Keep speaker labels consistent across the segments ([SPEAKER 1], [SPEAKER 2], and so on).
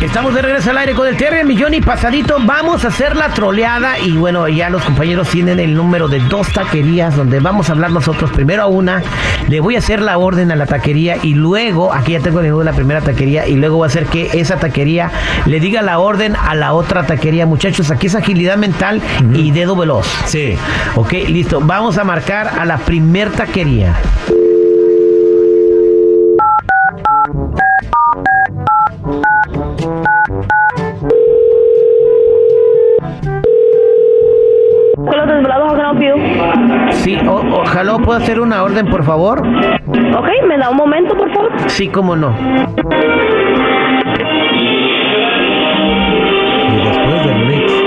[SPEAKER 1] Estamos de regreso al aire con el Terry, el millón y pasadito. Vamos a hacer la troleada. Y bueno, ya los compañeros tienen el número de dos taquerías donde vamos a hablar nosotros primero a una. Le voy a hacer la orden a la taquería y luego, aquí ya tengo el número de la primera taquería. Y luego voy a hacer que esa taquería le diga la orden a la otra taquería. Muchachos, aquí es agilidad mental y dedo veloz.
[SPEAKER 2] Sí.
[SPEAKER 1] Ok, listo. Vamos a marcar a la primer taquería.
[SPEAKER 3] Con los desvelados a Grand View.
[SPEAKER 1] Sí, o- ojalá pueda hacer una orden, por favor.
[SPEAKER 3] Ok, ¿me da un momento, por favor?
[SPEAKER 1] Sí, cómo no.
[SPEAKER 2] Y después del mix.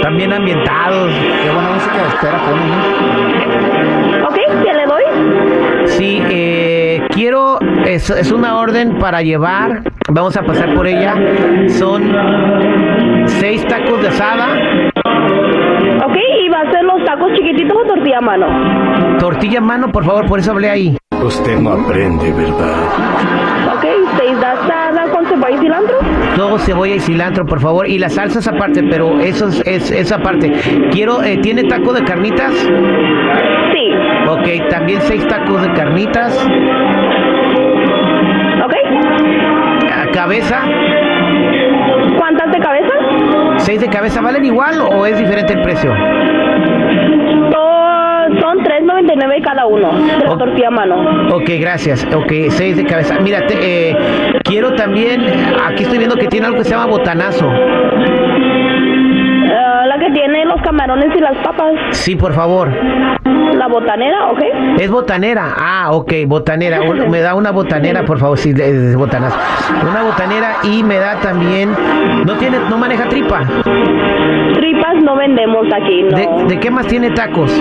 [SPEAKER 1] También ambientados.
[SPEAKER 4] Qué buena música de espera ponen, ¿no?
[SPEAKER 3] Ok, ¿qué le doy?
[SPEAKER 1] Sí, eh, quiero, es, es una orden para llevar, vamos a pasar por ella, son seis tacos de asada,
[SPEAKER 3] Ok, ¿y va a ser los tacos chiquititos o tortilla a mano?
[SPEAKER 1] tortilla en mano, por favor, por eso hablé ahí.
[SPEAKER 5] Usted no aprende, ¿verdad?
[SPEAKER 3] Ok, ¿seis de asada con cebolla y cilantro?
[SPEAKER 1] Todo cebolla y cilantro, por favor, y la salsa es aparte, pero eso es, es- esa parte. Quiero, eh, ¿tiene taco de carnitas?
[SPEAKER 3] Sí.
[SPEAKER 1] Ok, también seis tacos de carnitas,
[SPEAKER 3] Ok,
[SPEAKER 1] Ah, cabeza,
[SPEAKER 3] ¿cuántas de cabeza?
[SPEAKER 1] seis de cabeza, ¿valen igual o es diferente el precio?
[SPEAKER 3] To- Son 3.99 cada uno, de la
[SPEAKER 1] Ok.
[SPEAKER 3] tortilla a mano.
[SPEAKER 1] Ok, gracias. Ok, seis de cabeza. Mira, te- eh, quiero también, aquí estoy viendo que tiene algo que se llama botanazo.
[SPEAKER 3] Eh, la que tiene los camarones y las papas.
[SPEAKER 1] Sí, por favor.
[SPEAKER 3] La botanera, ok.
[SPEAKER 1] Es botanera. Ah, ok, botanera. Un- me da una botanera, por favor. Sí, de- de botanazo. Una botanera y me da también. No tiene, no maneja tripa.
[SPEAKER 3] Tripas no vendemos aquí, no.
[SPEAKER 1] ¿De, de qué más tiene tacos?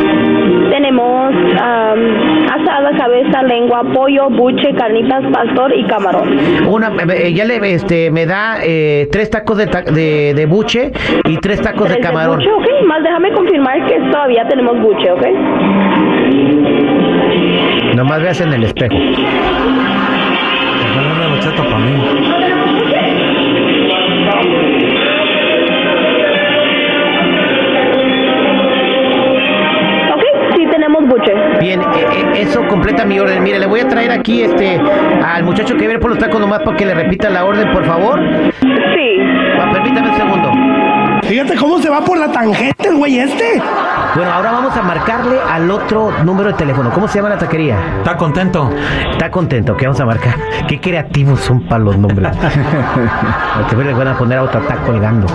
[SPEAKER 3] Tenemos am, asada, cabeza, lengua, pollo, buche, carnitas, pastor y camarón.
[SPEAKER 1] Una, eh, ya le, este, me da eh, tres tacos de, ta- de, de buche y tres tacos
[SPEAKER 3] Tres
[SPEAKER 1] de
[SPEAKER 3] de
[SPEAKER 1] camarón.
[SPEAKER 3] buche, ok. Más déjame confirmar que todavía tenemos buche, ok.
[SPEAKER 1] Nomás veas en el espejo.
[SPEAKER 2] Ojalá una bachata para mí.
[SPEAKER 3] Ok, sí tenemos buche.
[SPEAKER 1] Bien, eh, eh, eso completa mi orden. Mire, le voy a traer aquí este al muchacho que viene por los tacos nomás para que le repita la orden, por favor.
[SPEAKER 3] Sí.
[SPEAKER 1] Ah, Permítame un segundo.
[SPEAKER 6] Fíjate cómo se va por la tangente el güey este.
[SPEAKER 1] Bueno, ahora vamos a marcarle al otro número de teléfono. ¿Cómo se llama la taquería?
[SPEAKER 2] ¿Está contento?
[SPEAKER 1] Está contento, que vamos a marcar. Qué creativos son para los nombres. Al que le van a poner a otra taco colgando.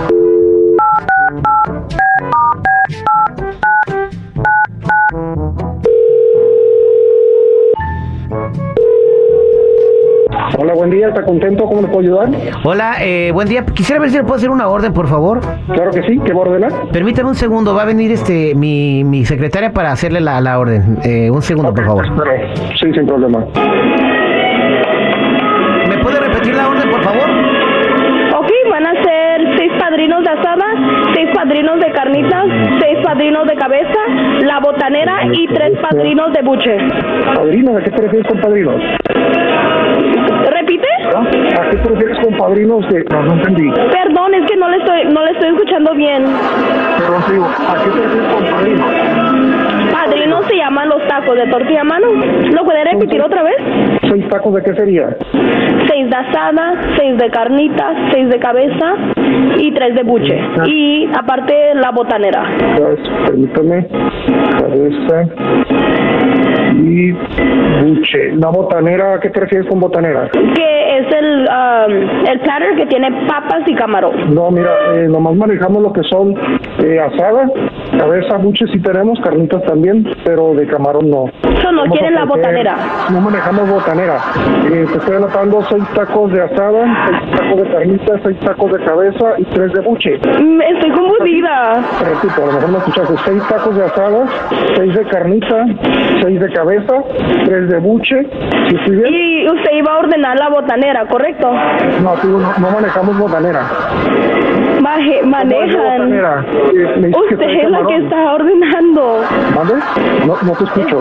[SPEAKER 7] Hola, buen día, ¿está contento? ¿Cómo le puedo ayudar?
[SPEAKER 1] Hola, eh, buen día. Quisiera ver si le puedo hacer una orden, por favor.
[SPEAKER 7] Claro que sí, ¿qué va a ordenar?
[SPEAKER 1] Permítame un segundo, va a venir este mi, mi secretaria para hacerle la, la orden. Eh, un segundo, por favor.
[SPEAKER 7] Pero, sí, sin problema.
[SPEAKER 1] ¿Me puede repetir la orden, por favor?
[SPEAKER 3] Ok, van a ser seis padrinos de asada, seis padrinos de carnitas, seis padrinos de cabeza, la botanera y tres padrinos de buche.
[SPEAKER 7] ¿Padrinos? ¿A qué te refieres con padrinos?
[SPEAKER 3] ¿Repite?
[SPEAKER 7] ¿Ah? ¿A qué te refieres con padrinos de...? No, no entendí.
[SPEAKER 3] Perdón, es que no le estoy, no le estoy escuchando bien.
[SPEAKER 7] Pero te digo, ¿a qué te refieres con padrinos?
[SPEAKER 3] Padrinos se llaman los tacos de tortilla a mano. ¿Lo puede repetir otra vez?
[SPEAKER 7] ¿Seis tacos de qué sería?
[SPEAKER 3] Seis de asada, seis de carnitas, seis de cabeza y tres de buche. Y aparte la botanera.
[SPEAKER 7] Ya ves, Pues, permítame. Cabeza y buche. ¿La botanera? ¿A qué te refieres con botanera?
[SPEAKER 3] Que es el, um, el platter que tiene papas y camarón.
[SPEAKER 7] No, mira, eh, nomás manejamos lo que son eh, asada, cabeza, buche sí tenemos, carnitas también, pero de camarón no.
[SPEAKER 3] Eso no
[SPEAKER 7] Vamos a
[SPEAKER 3] quieren la
[SPEAKER 7] ofrecer-
[SPEAKER 3] botanera.
[SPEAKER 7] No manejamos botanera. Eh, te estoy anotando seis tacos de asada, seis tacos de carnitas, seis tacos de cabeza y tres de buche.
[SPEAKER 3] Mm, Estoy confundida.
[SPEAKER 7] Te repito, a lo mejor no escuchaste. Seis tacos de asada, seis de carnita, seis de cabeza, tres de buche. Si estoy bien?
[SPEAKER 3] Y usted iba a ordenar la botanera, ¿correcto?
[SPEAKER 7] No, te digo, no, no manejamos botanera.
[SPEAKER 3] maje- manejan.
[SPEAKER 7] Mira, eh, me dices que
[SPEAKER 3] Usted
[SPEAKER 7] trae
[SPEAKER 3] es la que
[SPEAKER 7] camarón.
[SPEAKER 3] está ordenando.
[SPEAKER 7] ¿Mande? No, no te escucho.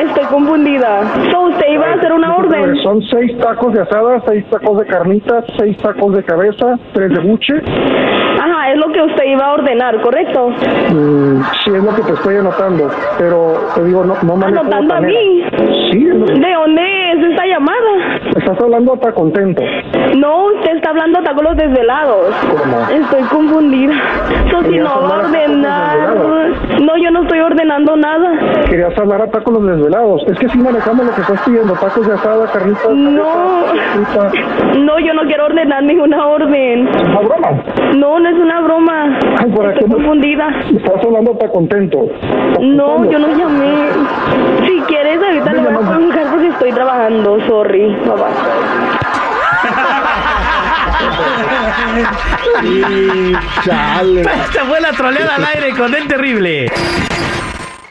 [SPEAKER 3] Estoy confundida. So, usted iba a hacer una orden.
[SPEAKER 7] Son seis tacos de asada, seis tacos de carnitas, seis tacos de cabeza, tres de buche.
[SPEAKER 3] Ajá, es lo que usted iba a ordenar, ¿correcto?
[SPEAKER 7] Mm, sí, es lo que te estoy anotando, pero te digo, no, no manejo
[SPEAKER 3] Anotando a
[SPEAKER 7] botanera.
[SPEAKER 3] mí.
[SPEAKER 7] Sí, es lo que-
[SPEAKER 3] ¿De dónde es esta llamada?
[SPEAKER 7] estás hablando hasta contento.
[SPEAKER 3] No, usted está hablando hasta con los desvelados.
[SPEAKER 7] ¿Cómo?
[SPEAKER 3] Estoy confundida. So, si
[SPEAKER 7] Querías
[SPEAKER 3] no va a
[SPEAKER 7] hablar
[SPEAKER 3] ordenar...
[SPEAKER 7] hasta con los
[SPEAKER 3] No, yo no estoy ordenando nada.
[SPEAKER 7] Querías hablar a tacos los desvelados. Es que sí manejamos lo que estás pidiendo, tacos de asada, carnitas.
[SPEAKER 3] No.
[SPEAKER 7] cabeza, fruta.
[SPEAKER 3] No, yo no quiero ordenar ninguna orden.
[SPEAKER 7] Es una broma.
[SPEAKER 3] No, no es una broma.
[SPEAKER 7] Ay, por
[SPEAKER 3] Estoy
[SPEAKER 7] aquí no-
[SPEAKER 3] confundida.
[SPEAKER 7] Estás hablando hasta contento.
[SPEAKER 3] No, yo no llamé. Si quieres, ahorita
[SPEAKER 7] Me
[SPEAKER 3] no voy a
[SPEAKER 7] llamaste.
[SPEAKER 3] comunicar porque estoy trabajando. Sorry, papá.
[SPEAKER 4] Chale.
[SPEAKER 1] Esta fue la troleada al aire con el terrible.